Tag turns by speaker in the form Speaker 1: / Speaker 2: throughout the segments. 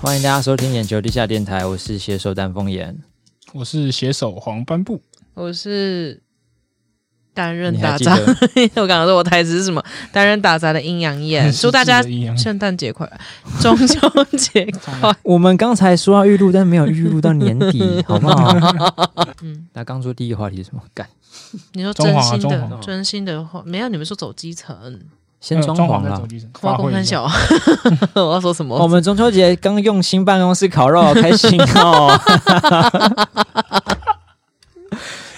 Speaker 1: 欢迎大家收听眼球地下电台，我是携手丹凤眼。
Speaker 2: 我是携手黄斑布，
Speaker 3: 我是担任
Speaker 1: 你还
Speaker 3: 打
Speaker 1: 记
Speaker 3: 杂，
Speaker 1: 得。
Speaker 3: 我刚刚说我台词是什么？担任打杂的阴阳眼，祝大家圣诞节快乐，中秋节快乐
Speaker 1: 我们刚才说要预录，但没有预录到年底， 好不好？嗯，那刚说第一个话题是什么？干，
Speaker 3: 呃你说
Speaker 2: 中
Speaker 3: 真
Speaker 2: 华
Speaker 3: 心
Speaker 2: 中
Speaker 3: 的
Speaker 2: 华，
Speaker 3: 真心的话，没有你们说走基层，
Speaker 1: 先装潢啊
Speaker 2: 的
Speaker 1: 啦
Speaker 2: 周。记者
Speaker 3: 花
Speaker 2: 发
Speaker 3: 工
Speaker 2: 挥
Speaker 3: 很
Speaker 2: 一下，
Speaker 3: 小，我要说什么？
Speaker 1: 我们中秋节刚用新办公室烤肉，好开心 哦！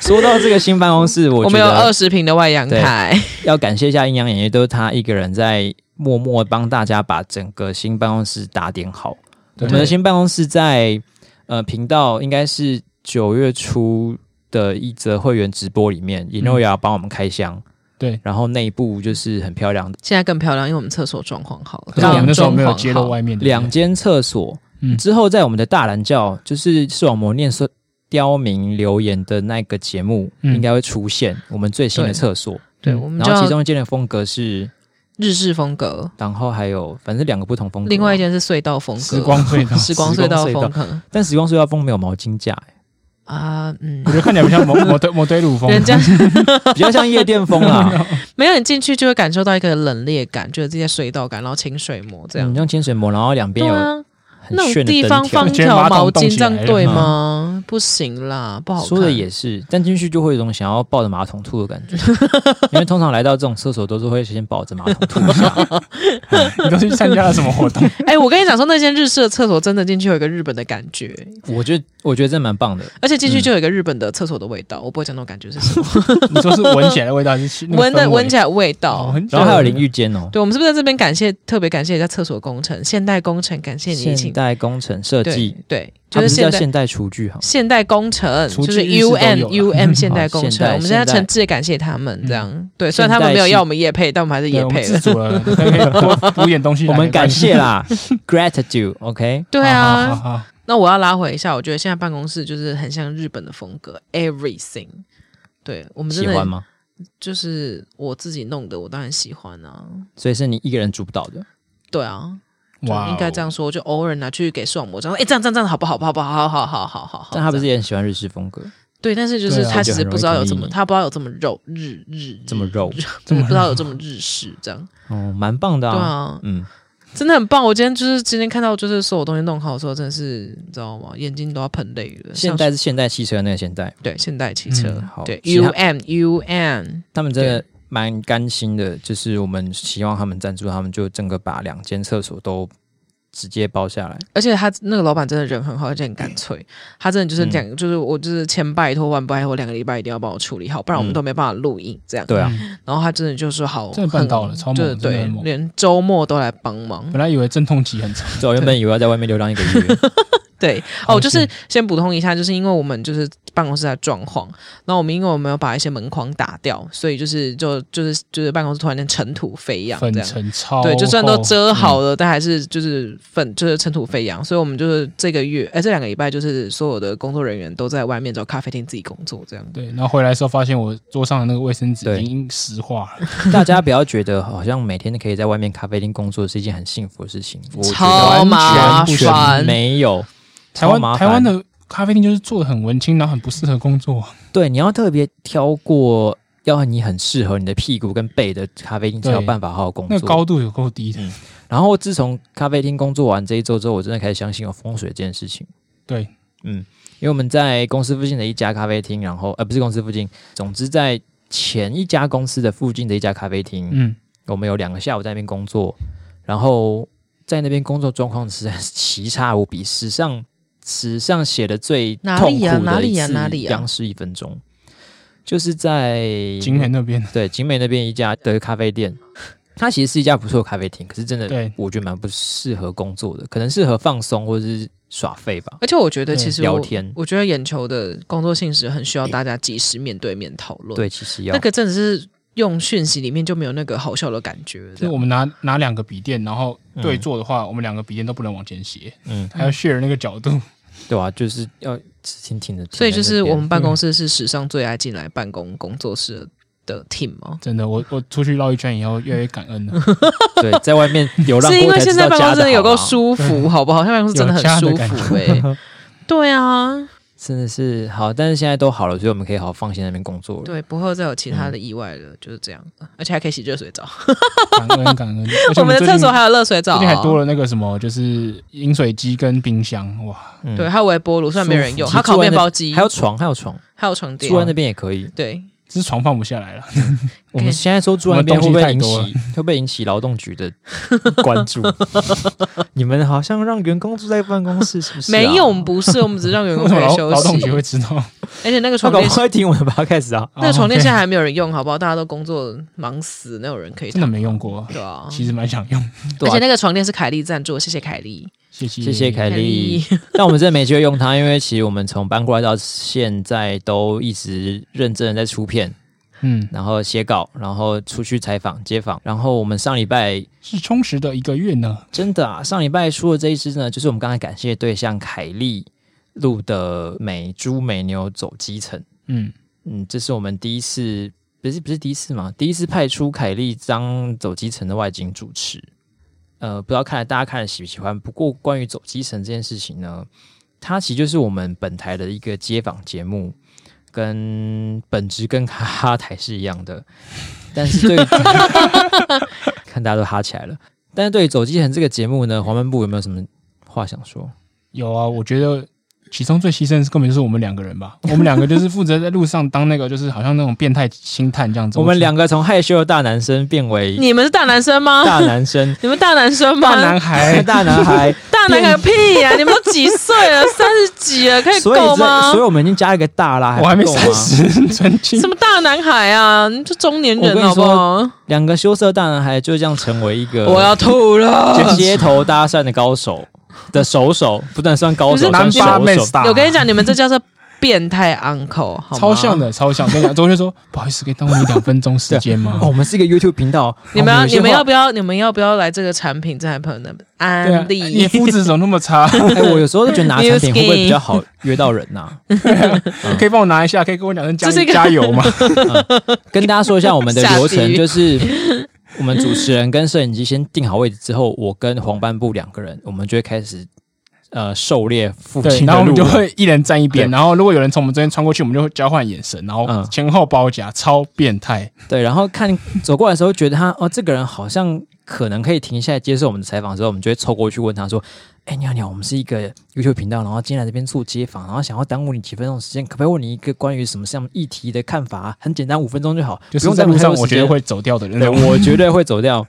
Speaker 1: 说到这个新办公室，我
Speaker 3: 我
Speaker 1: 觉
Speaker 3: 们有二
Speaker 1: 得
Speaker 3: 十平的外阳台，
Speaker 1: 要感谢一下阴阳眼，因为都是他一个人在默默帮大家把整个新办公室打点好。我
Speaker 2: 对
Speaker 1: 们的新办公室在呃频道应该是九月初的一则会员直播里面，尹诺雅帮我们开箱，
Speaker 2: 嗯对，
Speaker 1: 然后内部就是很漂亮的，
Speaker 3: 现在更漂亮，因为我们厕所装潢好了。
Speaker 2: 可是我们那时候没有
Speaker 3: 刚
Speaker 2: 揭
Speaker 3: 装潢
Speaker 2: 露
Speaker 3: 好
Speaker 2: 外面的
Speaker 1: 两间厕所。
Speaker 2: 嗯
Speaker 1: 之后在我们的大蓝教，就是视网膜念说刁民留言的那个节目，
Speaker 2: 嗯
Speaker 1: 应该会出现我们最新的
Speaker 3: 对
Speaker 1: 厕所。
Speaker 3: 对，我们
Speaker 1: 然
Speaker 3: 就
Speaker 1: 后其
Speaker 3: 要
Speaker 1: 中一间的风格是，
Speaker 3: 日式风格，
Speaker 1: 然后还有反正两个不同风格。
Speaker 3: 另外一，间是隧道风格，
Speaker 2: 时光隧道，
Speaker 3: 时光
Speaker 1: 时
Speaker 3: 隧
Speaker 1: 光
Speaker 3: 道
Speaker 1: 隧道
Speaker 3: 风格
Speaker 1: 但时光隧道风没有毛巾架、欸
Speaker 3: 啊，嗯
Speaker 2: 我，觉得看起来比较摩摩德摩德鲁啊风，
Speaker 3: 人家
Speaker 1: 比较像夜店风啊啦。
Speaker 3: 没有你进去就会感受到一个冷冽感，就是这些水道感，然后清水膜 这样。
Speaker 1: 嗯用潜水膜，然后两边
Speaker 3: 对
Speaker 1: 有
Speaker 3: 啊，
Speaker 1: 很
Speaker 3: 那
Speaker 1: 炫
Speaker 3: 种
Speaker 1: 的
Speaker 3: 地
Speaker 1: 灯
Speaker 3: 方
Speaker 1: 条
Speaker 3: 放一
Speaker 2: 觉得马
Speaker 3: 条
Speaker 2: 桶
Speaker 3: 毛
Speaker 2: 动
Speaker 3: 巾
Speaker 2: 起
Speaker 3: 这
Speaker 2: 来
Speaker 3: 样
Speaker 2: 了
Speaker 3: 对
Speaker 2: 嗯
Speaker 3: 吗？不行啦，不好看。
Speaker 1: 说的也是，但进去就会有一种想要抱着马桶吐的感 觉，因为通常来到这种厕所都是会先抱着马桶 吐一下。
Speaker 2: 你都去参加了什么活动？
Speaker 3: 哎、我跟你讲说，那间日式的厕所真的进去有一个日本的感觉，
Speaker 1: 我觉得我觉得这蛮 棒的，
Speaker 3: 而且进
Speaker 2: 嗯
Speaker 3: 去就有一个日本的厕所的味道。我不会讲那种感觉是 什么，
Speaker 2: 你说是闻起来的味道还是
Speaker 3: 闻的闻起
Speaker 2: 来？
Speaker 3: 来味道。
Speaker 2: 哦很
Speaker 1: 然后还有淋浴间哦，
Speaker 3: 对，我们是不是在这边感谢特别感谢一下厕所工程、现代工程？感谢你，
Speaker 1: 现
Speaker 3: 请
Speaker 1: 代工程设计
Speaker 3: 对，对，
Speaker 1: 它
Speaker 3: 就
Speaker 1: 不
Speaker 3: 是
Speaker 1: 是叫
Speaker 3: 现代
Speaker 1: 现代厨具行，
Speaker 3: 现代工程，
Speaker 2: 厨具
Speaker 3: 就是
Speaker 2: 浴室
Speaker 3: U
Speaker 2: 都
Speaker 3: M
Speaker 2: 有
Speaker 3: U
Speaker 2: 啦
Speaker 3: M 现代工
Speaker 1: 现代
Speaker 3: 程，我们现在
Speaker 1: 现代嗯
Speaker 3: 诚挚地感谢他们这样。对，虽
Speaker 1: 现
Speaker 3: 然
Speaker 1: 代
Speaker 3: 他们没有
Speaker 1: 是
Speaker 3: 要我们业配，但我们还是
Speaker 2: 对
Speaker 3: 业
Speaker 2: 我们
Speaker 3: 配
Speaker 2: 自
Speaker 3: 了。
Speaker 2: 主了，但可以多补点东西来。
Speaker 1: 我们感谢啦 ，gratitude，OK，
Speaker 3: 对
Speaker 2: 好，
Speaker 3: 啊，
Speaker 2: 好好好
Speaker 3: 那我要拉回一下，我觉得现在办公室就是很像日本的风格，everything。对我们真
Speaker 1: 喜欢
Speaker 3: 的
Speaker 1: 吗？
Speaker 3: 就是我自己弄的，我当然喜欢啊。
Speaker 1: 所以是你一个人主导的，
Speaker 3: 对啊，就
Speaker 2: 哇哦，
Speaker 3: 应该这样说，我就偶尔拿去给视网膜，这样哎，这样这样这样好不好？好不好？好好好好好好。
Speaker 1: 但他不
Speaker 3: 这
Speaker 1: 是
Speaker 3: 样
Speaker 1: 也很喜欢日式风格，
Speaker 3: 对，但是就
Speaker 2: 对
Speaker 3: 是
Speaker 2: 啊
Speaker 3: 他
Speaker 1: 就很
Speaker 3: 其实
Speaker 1: 容
Speaker 3: 不
Speaker 1: 易
Speaker 3: 知道有
Speaker 1: 同
Speaker 3: 这
Speaker 1: 意
Speaker 3: 么，
Speaker 1: 你
Speaker 3: 他不知道有这么肉日 日
Speaker 1: 这么肉，
Speaker 3: 对，不知道有这么日式这样。
Speaker 1: 哦，蛮棒的
Speaker 3: 对
Speaker 1: 啊，
Speaker 3: 啊，
Speaker 1: 嗯，
Speaker 3: 真的很棒！我今天就是今天看到，就是所有东西弄好的时候，真的是你知道吗？眼睛都要喷泪了。
Speaker 1: 现
Speaker 3: 像
Speaker 1: 代是现代汽车那个现代，
Speaker 3: 对现代汽车，
Speaker 1: 好
Speaker 3: 对
Speaker 1: 其
Speaker 3: U
Speaker 1: 他
Speaker 3: M U M，
Speaker 1: 他们真的蛮甘心的，就是我们希望他们赞助，他们就整个把两间厕所都直接包下来。
Speaker 3: 而且他那个老板真的人很好，而且很干脆。他真的就是
Speaker 1: 嗯
Speaker 3: 两，就是我就是千拜托万拜托，两个礼拜一定要帮我处理好，不然我
Speaker 1: 嗯
Speaker 3: 们都没办法录影这样。
Speaker 1: 对啊，
Speaker 2: 嗯
Speaker 3: 然后他真的就说好，
Speaker 2: 真的办到了
Speaker 3: 很
Speaker 2: 超猛
Speaker 3: 对
Speaker 2: 真的
Speaker 3: 对
Speaker 2: 很，猛
Speaker 3: 连周末都来帮忙。
Speaker 2: 本来以为阵痛期很长，
Speaker 1: 所以我原本以为要在外面流浪一个 月，
Speaker 3: 对，哦，就是先补充一下，就是因为我们就是办公室在状况，然后我们因为我们有把一些门框打掉，所以就是就就是就是办公室突然间尘土飞扬
Speaker 2: 粉
Speaker 3: 这样。
Speaker 2: 尘超
Speaker 3: 对，就算都
Speaker 2: 厚
Speaker 3: 遮好了，但还是就是粉就是尘土飞扬，所以我们就是这个月，哎、这两个礼拜就是所有的工作人员都在外面找咖啡厅自己工作，这样
Speaker 2: 对，然后回来的时候发现我桌上的那个卫生纸
Speaker 1: 对
Speaker 2: 已经石化了，
Speaker 1: 大家不要觉得好像每天可以在外面咖啡厅工作是一件很幸福的事 情，我觉得
Speaker 3: 超麻
Speaker 1: 完全
Speaker 3: 烦
Speaker 1: 没有。
Speaker 2: 台
Speaker 1: 超
Speaker 2: 湾
Speaker 1: 麻烦
Speaker 2: 台湾的咖啡厅就是做的很文青，然后很不适合工作啊。
Speaker 1: 对，你要特别挑过要你很适合你的屁股跟背的咖啡厅才
Speaker 2: 对
Speaker 1: 有办法好好工
Speaker 2: 那个
Speaker 1: 作。
Speaker 2: 高度有够低的，
Speaker 1: 然后自从咖啡厅工作完这一周之后，我真的开始相信有风水这件事情。
Speaker 2: 对，
Speaker 1: 嗯，因为我们在公司附近的一家咖啡厅，然后呃不是公司附近，总之在前一家公司的附近的一家咖啡厅，
Speaker 2: 嗯，
Speaker 1: 我们有两个下午在那边工作，然后在那边工作状况实在是奇差无比，史上史上写的最
Speaker 3: 哪
Speaker 1: 痛苦
Speaker 3: 里呀哪
Speaker 1: 的
Speaker 3: 里
Speaker 1: 一
Speaker 3: 呀
Speaker 1: 次
Speaker 3: 哪里啊呀
Speaker 1: 央视一分钟，就是在
Speaker 2: 景美那边
Speaker 1: 对景美那边一家的咖啡 店，它其实是一家不错的咖啡厅，可是真的
Speaker 2: 对
Speaker 1: 我觉得蛮不适合工作的，可能适合放松或者是耍废吧。
Speaker 3: 而且我觉得其实
Speaker 1: 聊
Speaker 3: 我
Speaker 1: 天
Speaker 3: 我觉得眼球的工作性质很需要大家及时面对面讨论，
Speaker 1: 对，其实要
Speaker 3: 那个真的是用讯息里面就没有那个好笑的感觉了，这
Speaker 2: 就是
Speaker 3: 样
Speaker 2: 我们拿拿两个笔电，然后对坐的话，我们两个笔电都不能往前斜，
Speaker 1: 嗯
Speaker 2: 还要 share 那个角度。
Speaker 1: 对啊，就是要挺挺的。
Speaker 3: 所以就是我们办
Speaker 2: 边
Speaker 3: 公室是史上最爱进来办公工作室的的 team 吗？
Speaker 2: 真的，我我出去绕一圈以后，越来越感恩了。
Speaker 1: 对，在外面流浪
Speaker 3: 是因
Speaker 1: 过
Speaker 3: 为
Speaker 1: 才
Speaker 3: 现
Speaker 1: 知
Speaker 3: 在
Speaker 1: 道
Speaker 3: 办公
Speaker 1: 家
Speaker 3: 室真的有
Speaker 1: 好
Speaker 3: 够
Speaker 1: 啊，
Speaker 3: 舒服，好不好？现在办公室真的很舒服哎、对啊，
Speaker 1: 真的是好，但是现在都好了，所以我们可以好好放心在那边工作了。
Speaker 3: 对，不会再有其他的意外了，就是这样。而且还可以洗热水澡，
Speaker 2: 感恩感恩。而且
Speaker 3: 我们的
Speaker 2: 最
Speaker 3: 厕
Speaker 2: 近
Speaker 3: 所还有啊热水澡、哦
Speaker 2: 最近还多
Speaker 3: 了。
Speaker 2: 了那个什么，就是饮水机跟冰箱，哇，
Speaker 1: 嗯
Speaker 3: 对，，还有微波炉，虽然没人用，
Speaker 1: 其
Speaker 3: 还
Speaker 1: 实
Speaker 3: 有烤
Speaker 1: 住在
Speaker 3: 面
Speaker 1: 那
Speaker 3: 包机，啊
Speaker 1: 还有床，还有床，
Speaker 3: 还有床垫
Speaker 1: 住。在那边也可以。
Speaker 3: 对，
Speaker 2: 只是床放不下来了。
Speaker 1: 我们现在说住在那边
Speaker 2: 我
Speaker 1: 会不
Speaker 2: 们东
Speaker 1: 会
Speaker 2: 西太
Speaker 1: 引
Speaker 2: 多了
Speaker 1: 起会不会引起劳动局 的关注？你们好像让员工住在办公室，是不是、啊
Speaker 3: 没有，我，们不是，我们只是让员
Speaker 2: 为
Speaker 3: 工
Speaker 2: 什
Speaker 3: 可
Speaker 2: 么
Speaker 3: 以
Speaker 2: 劳
Speaker 3: 休
Speaker 2: 劳动
Speaker 3: 息
Speaker 2: 局。会知道？
Speaker 3: 而且那个
Speaker 1: 他
Speaker 3: 床
Speaker 1: 搞
Speaker 3: 垫
Speaker 1: 不，好会听我们的 podcast 啊。
Speaker 3: 那个床垫现在
Speaker 2: 在
Speaker 3: 还没有人用，好不好？大家都工作忙死，哪有人可以
Speaker 2: 真
Speaker 3: 躺？
Speaker 2: 的没用过，
Speaker 3: 对啊，
Speaker 2: 其实蛮想用。嗯
Speaker 1: 对
Speaker 3: 而
Speaker 1: 啊
Speaker 3: 且那个床垫是凯莉赞助，谢谢凯莉。
Speaker 2: 谢谢
Speaker 1: 谢谢凯莉，
Speaker 3: 凯莉
Speaker 1: 但我们真的没机会用它，因为其实我们从搬过来到现在都一直认真的在出片，
Speaker 2: 嗯，
Speaker 1: 然后写稿，然后出去采访、街访。然后我们上礼拜
Speaker 2: 是充实的一个月呢。
Speaker 1: 真的啊，上礼拜出的这一支呢，就是我们刚才感谢对象凯莉录的美猪美牛走基层。
Speaker 2: 嗯，
Speaker 1: 嗯，这是我们第一次，不是不是第一次嘛，第一次派出凯莉当走基层的外景主持。呃，不知道看大家看的喜不喜欢。不过关于走基层这件事情呢，它其实就是我们本台的一个街访节目，跟本质跟哈哈台是一样的。但是对于 看大家都哈起来了，但是对于走基层这个节目呢，黄门部有没有什么话想说？
Speaker 2: 有啊，我觉得其中最牺牲的根本就是我们两个人吧。我们两个就是负责在路上当那个，就是好像那种变态星探这样子。
Speaker 1: 我们两个从害羞的大男生变为
Speaker 3: 你们是大男生吗？
Speaker 1: 大男生。
Speaker 3: 你们大男生吗？
Speaker 2: 大男孩
Speaker 1: 哎，大男孩，
Speaker 3: 大男个屁呀、你们都几岁 了？三十几了，可
Speaker 1: 所以这
Speaker 3: 够吗
Speaker 1: 所以？我们已经加了一个大啦，
Speaker 2: 我还没
Speaker 1: 不够吗
Speaker 2: 三。十，真气
Speaker 3: 什。么大男孩啊？你就中年
Speaker 1: 我
Speaker 3: 人
Speaker 1: 跟你呃
Speaker 3: 好不好？
Speaker 1: 两个羞涩大男孩就这样成为一个
Speaker 3: 我要吐了！
Speaker 1: 街街头搭讪的高手的手手，不能算高手，
Speaker 3: 不是
Speaker 1: 算
Speaker 2: 南巴妹
Speaker 1: 手手
Speaker 2: 子大
Speaker 3: 我跟你讲，你们这叫做变态 uncle，好吗
Speaker 2: 超像。的，超像！跟你讲，周轩说：“不好意思，可以耽误你两分钟时间吗
Speaker 1: 哦，我们是一个 YouTube 频道，
Speaker 3: 你们
Speaker 1: 哦
Speaker 3: 要
Speaker 1: 有些
Speaker 3: 你们
Speaker 1: 话
Speaker 3: 要不要你们要不要来这个产品这台朋友的？”
Speaker 2: 对啊
Speaker 3: 安，
Speaker 2: 你
Speaker 3: 利？
Speaker 2: 肤质怎么那么差？
Speaker 1: 哎，我有时候就觉得拿
Speaker 3: New
Speaker 1: 产品会不会比较好约到人啊呐？
Speaker 2: 可以帮我拿一下，可以跟我讲声加
Speaker 3: 这是一个
Speaker 2: 加油吗？
Speaker 1: 跟大家说一下我们 的
Speaker 3: 下
Speaker 1: 流
Speaker 3: 地
Speaker 1: 程，
Speaker 3: 狱
Speaker 1: 就是我们主持人跟摄影机先定好位置之后，我跟黄斑部两个人，我们就会开始呃狩猎附
Speaker 2: 对，
Speaker 1: 近
Speaker 2: 然后
Speaker 1: 的
Speaker 2: 我
Speaker 1: 路
Speaker 2: 们就
Speaker 1: 人。
Speaker 2: 会一人站一边，
Speaker 1: 对
Speaker 2: 然后如果有人从我们这边穿过去，我们就会交换眼神，然后
Speaker 1: 嗯
Speaker 2: 前后包夹，超变态。
Speaker 1: 对，然后看走过来的时候，觉得他哦，这个人好像可能可以停下来接受我们的采访的时候，我们就会凑过去问他说：“哎，你好，你好，我们是一个 YouTube 频道，然后今天来这边做街访，然后想要耽误你几分钟的时间，可不可以问你一个关于什么项议题的看法、啊？很简单，五分钟就好，不
Speaker 2: 就是
Speaker 1: 用
Speaker 2: 在
Speaker 1: 耽误
Speaker 2: 路
Speaker 1: 太
Speaker 2: 上，
Speaker 1: 多
Speaker 2: 我
Speaker 1: 时
Speaker 2: 觉得
Speaker 1: 间
Speaker 2: 会走掉的人。
Speaker 1: 对，我绝对会走掉。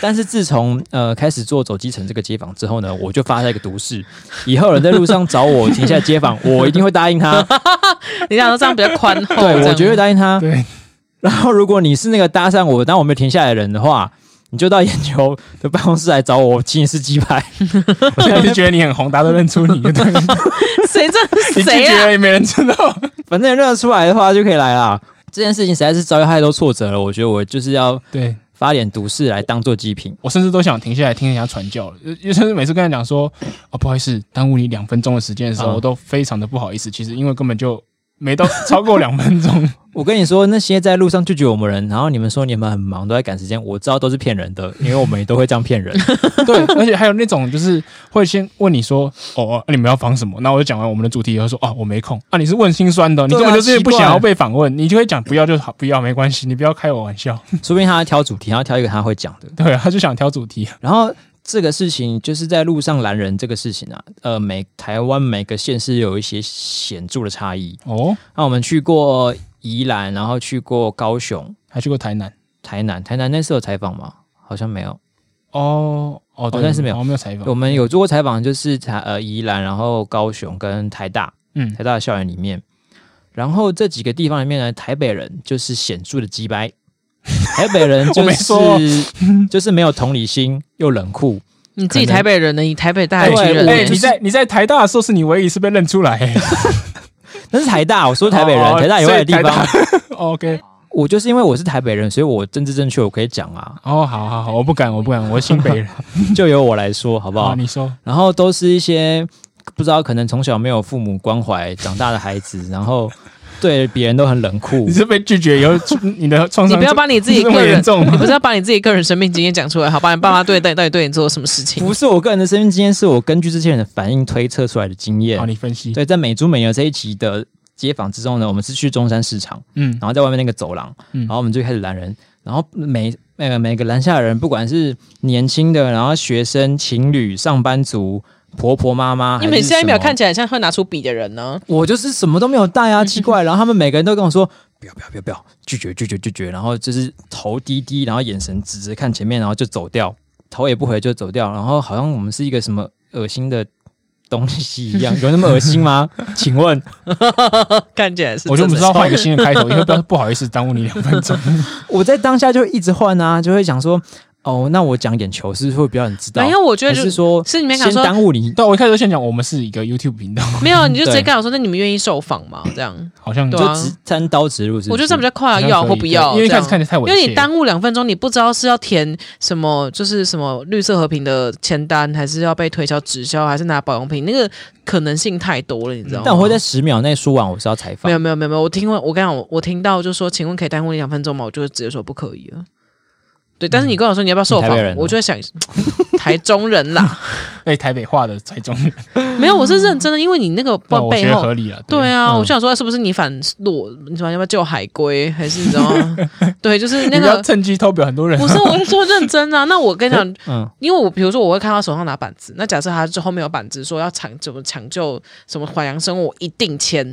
Speaker 1: 但是自从呃开始做走基层这个街访之后呢，我就发下一个毒誓：以后有人在路上找我停下来街 访，我一定会答应 他。
Speaker 3: 你想说这样比较宽厚？这
Speaker 1: 对，我
Speaker 3: 样
Speaker 1: 绝对答应他。
Speaker 2: 对，
Speaker 1: 然后如果你是那个搭讪我，但我没有停下来的人的话，你就到眼球的办公室来找我，我请你吃鸡排。
Speaker 2: 我现在就觉 得你很红，大家都认出你，对 不对
Speaker 3: 谁这
Speaker 2: 你
Speaker 3: 是
Speaker 2: 拒
Speaker 3: 谁
Speaker 2: 绝
Speaker 3: 啊？
Speaker 2: 了也没人知道。
Speaker 1: 反正认得出来的话就可以来啦。这件事情实在是遭遇太多挫折了，我觉得我就是要
Speaker 2: 对
Speaker 1: 发点毒誓来当做祭品。
Speaker 2: 我甚至都想停下来听人家传教了，就甚至每次跟他讲说：“哦，不好意思，耽误你两分钟的时间的时候，
Speaker 1: 嗯
Speaker 2: 我都非常的不好意思。”其实因为根本就没到超过两分钟，
Speaker 1: 我跟你说，那些在路上拒绝我们人，然后你们说你们很忙，都在赶时间，我知道都是骗人的，因为我们也都会这样骗人。
Speaker 2: 对，而且还有那种就是会先问你说，哦，啊你们要访什么？那我就讲完我们的主题以后说，哦，我没空啊，你是问心酸的，你
Speaker 1: 对啊
Speaker 2: 根本就是不
Speaker 1: 奇怪
Speaker 2: 想要被访问，你就会讲不要就好，不要没关系，你不要开我玩笑。
Speaker 1: 说不定他在挑主题，他要挑一个他会讲的。
Speaker 2: 对，啊他就想挑主题，
Speaker 1: 然后这个事情就是在路上拦人这个事情啊，呃，每台湾每个县市有一些显著的差异。
Speaker 2: 哦，
Speaker 1: 那我们去过宜兰，然后去过高雄、
Speaker 2: 还去过台南，
Speaker 1: 台南。台南那次有采访吗？好像没有。
Speaker 2: 哦哦，对，
Speaker 1: 但是没有
Speaker 2: 哦没有采访，
Speaker 1: 我们有做过采访，就是台呃宜兰，然后高雄跟台大，
Speaker 2: 嗯
Speaker 1: 台大的校园里面。然后这几个地方里面呢，台北人就是显著的鸡 掰，台北人
Speaker 2: 我
Speaker 1: 就
Speaker 2: 没说
Speaker 1: 是 就是没有同理心，又冷酷，
Speaker 3: 你自己台北人呢？你台北大
Speaker 1: 对
Speaker 3: 区人
Speaker 1: 我
Speaker 2: 哎、
Speaker 3: 呢
Speaker 1: 就
Speaker 2: 你在你在台大的时候是你唯一一次被认 出来、欸
Speaker 1: 那是台大，我说台北人，
Speaker 2: 哦
Speaker 1: 台大以外的地方，
Speaker 2: ，OK，
Speaker 1: 我就是因为我是台北人，所以我政治正确，我可以讲 啊，
Speaker 2: 哦，好好好，我不敢，我不敢，我是 新北人，
Speaker 1: 就由我来说好不
Speaker 2: 好，
Speaker 1: 好？
Speaker 2: 你说，
Speaker 1: 然后都是一些不知道可能从小没有父母关怀长大的孩子，然后 对别人都很冷酷
Speaker 2: 你。是被拒绝以后，你的创
Speaker 3: 你
Speaker 2: 伤
Speaker 3: 不要把你自己
Speaker 2: 这
Speaker 3: 个
Speaker 2: 么
Speaker 3: 人
Speaker 2: 严，重
Speaker 3: 你
Speaker 2: 吗
Speaker 3: 不？是要把你自己个人生命经验讲出来，好吧？你爸妈对待到底对你做了什么事情？
Speaker 1: 不是我个人的生命经验，是我根据这些人的反应推测出来的经验
Speaker 2: 好，。哦你分析。
Speaker 1: 对，在美猪美牛这一集的街访之中呢，我们是去中山市场，
Speaker 2: 嗯
Speaker 1: 然后在外面那个走廊，
Speaker 2: 嗯
Speaker 1: 然后我们就开始拦人，然后每呃每个拦下的人，不管是年轻的，然后学生、情侣、上班族、婆婆妈妈，
Speaker 2: 啊
Speaker 3: 你
Speaker 1: 还
Speaker 3: 每
Speaker 1: 是
Speaker 3: 下一
Speaker 1: 什
Speaker 3: 秒
Speaker 1: 么
Speaker 3: 看起来像会拿出笔的人呢？
Speaker 1: 我就是什么都没有带啊，奇怪。然后他们每个人都跟我说不要不要不要不要，拒绝拒绝拒绝，然后就是头低低，然后眼神直直看前面，然后就走掉，头也不回就走掉，然后好像我们是一个什么恶心的。东西一样，有那么恶心 吗？请问，
Speaker 3: 看起来是
Speaker 2: 我觉得我们是
Speaker 3: 真的
Speaker 2: 要换一个新的 开头，因为不要不好意思耽误你两分钟。
Speaker 1: 我在当下就一直换啊，就会想说，哦，那我讲点球是不是会比较人知道？
Speaker 3: 没有，我觉
Speaker 1: 还
Speaker 3: 得就是
Speaker 1: 说
Speaker 3: 是你们想
Speaker 1: 先
Speaker 3: 说
Speaker 1: 耽误你，
Speaker 2: 对，我一开始就先讲，我们是一个 YouTube 频道，
Speaker 3: 没有，你就直接
Speaker 1: 对
Speaker 3: 跟我说，那你们愿意受访吗？这样，
Speaker 2: 好像
Speaker 1: 你
Speaker 3: 对啊
Speaker 1: 就直单刀直入是不是
Speaker 3: 我觉得这样比较快
Speaker 2: 好
Speaker 3: 啊，
Speaker 2: 像
Speaker 3: 要
Speaker 2: 可
Speaker 3: 或
Speaker 2: 以
Speaker 3: 不
Speaker 2: 对
Speaker 3: 要，
Speaker 2: 因为一
Speaker 3: 这
Speaker 2: 开
Speaker 3: 样
Speaker 2: 始看起来太猥亵
Speaker 3: 因
Speaker 2: 了，
Speaker 3: 为你耽误两分钟，你不知道是要填什么，就是什么绿色和平的签单，还是要被推销直销，还是拿保养品，那个可能性太多了，你知道吗？
Speaker 1: 但我会在十秒内说完我是要采
Speaker 3: 没
Speaker 1: 访。
Speaker 3: 有没有没有没有，我听过，我刚刚我听到就说，请问可以耽误你两分钟吗？我就直接说不可以了。对，但是你跟我说你要不要受
Speaker 1: 嗯
Speaker 3: 访
Speaker 1: 你台北人，哦
Speaker 3: 我就会想哎台中人 啦，
Speaker 2: 被台北话的台中人，
Speaker 3: 没有，我是认真的，因为你那个
Speaker 2: 那我觉
Speaker 3: 背
Speaker 2: 得
Speaker 3: 后
Speaker 2: 合理了。
Speaker 3: 对啊，
Speaker 1: 嗯
Speaker 3: 我就想说，是不是你反落？你说要不要救海龟？还是你知道 吗？对，就是
Speaker 2: 你
Speaker 3: 那
Speaker 2: 不要
Speaker 3: 个
Speaker 2: 趁机偷表很多人
Speaker 3: 不。是，我是说认真啊。那我跟你讲，
Speaker 1: 嗯，
Speaker 3: 因为我比如说我会看他手上拿板子，那假设他就后面有板子说要抢怎么抢救什么海洋生物，我一定签。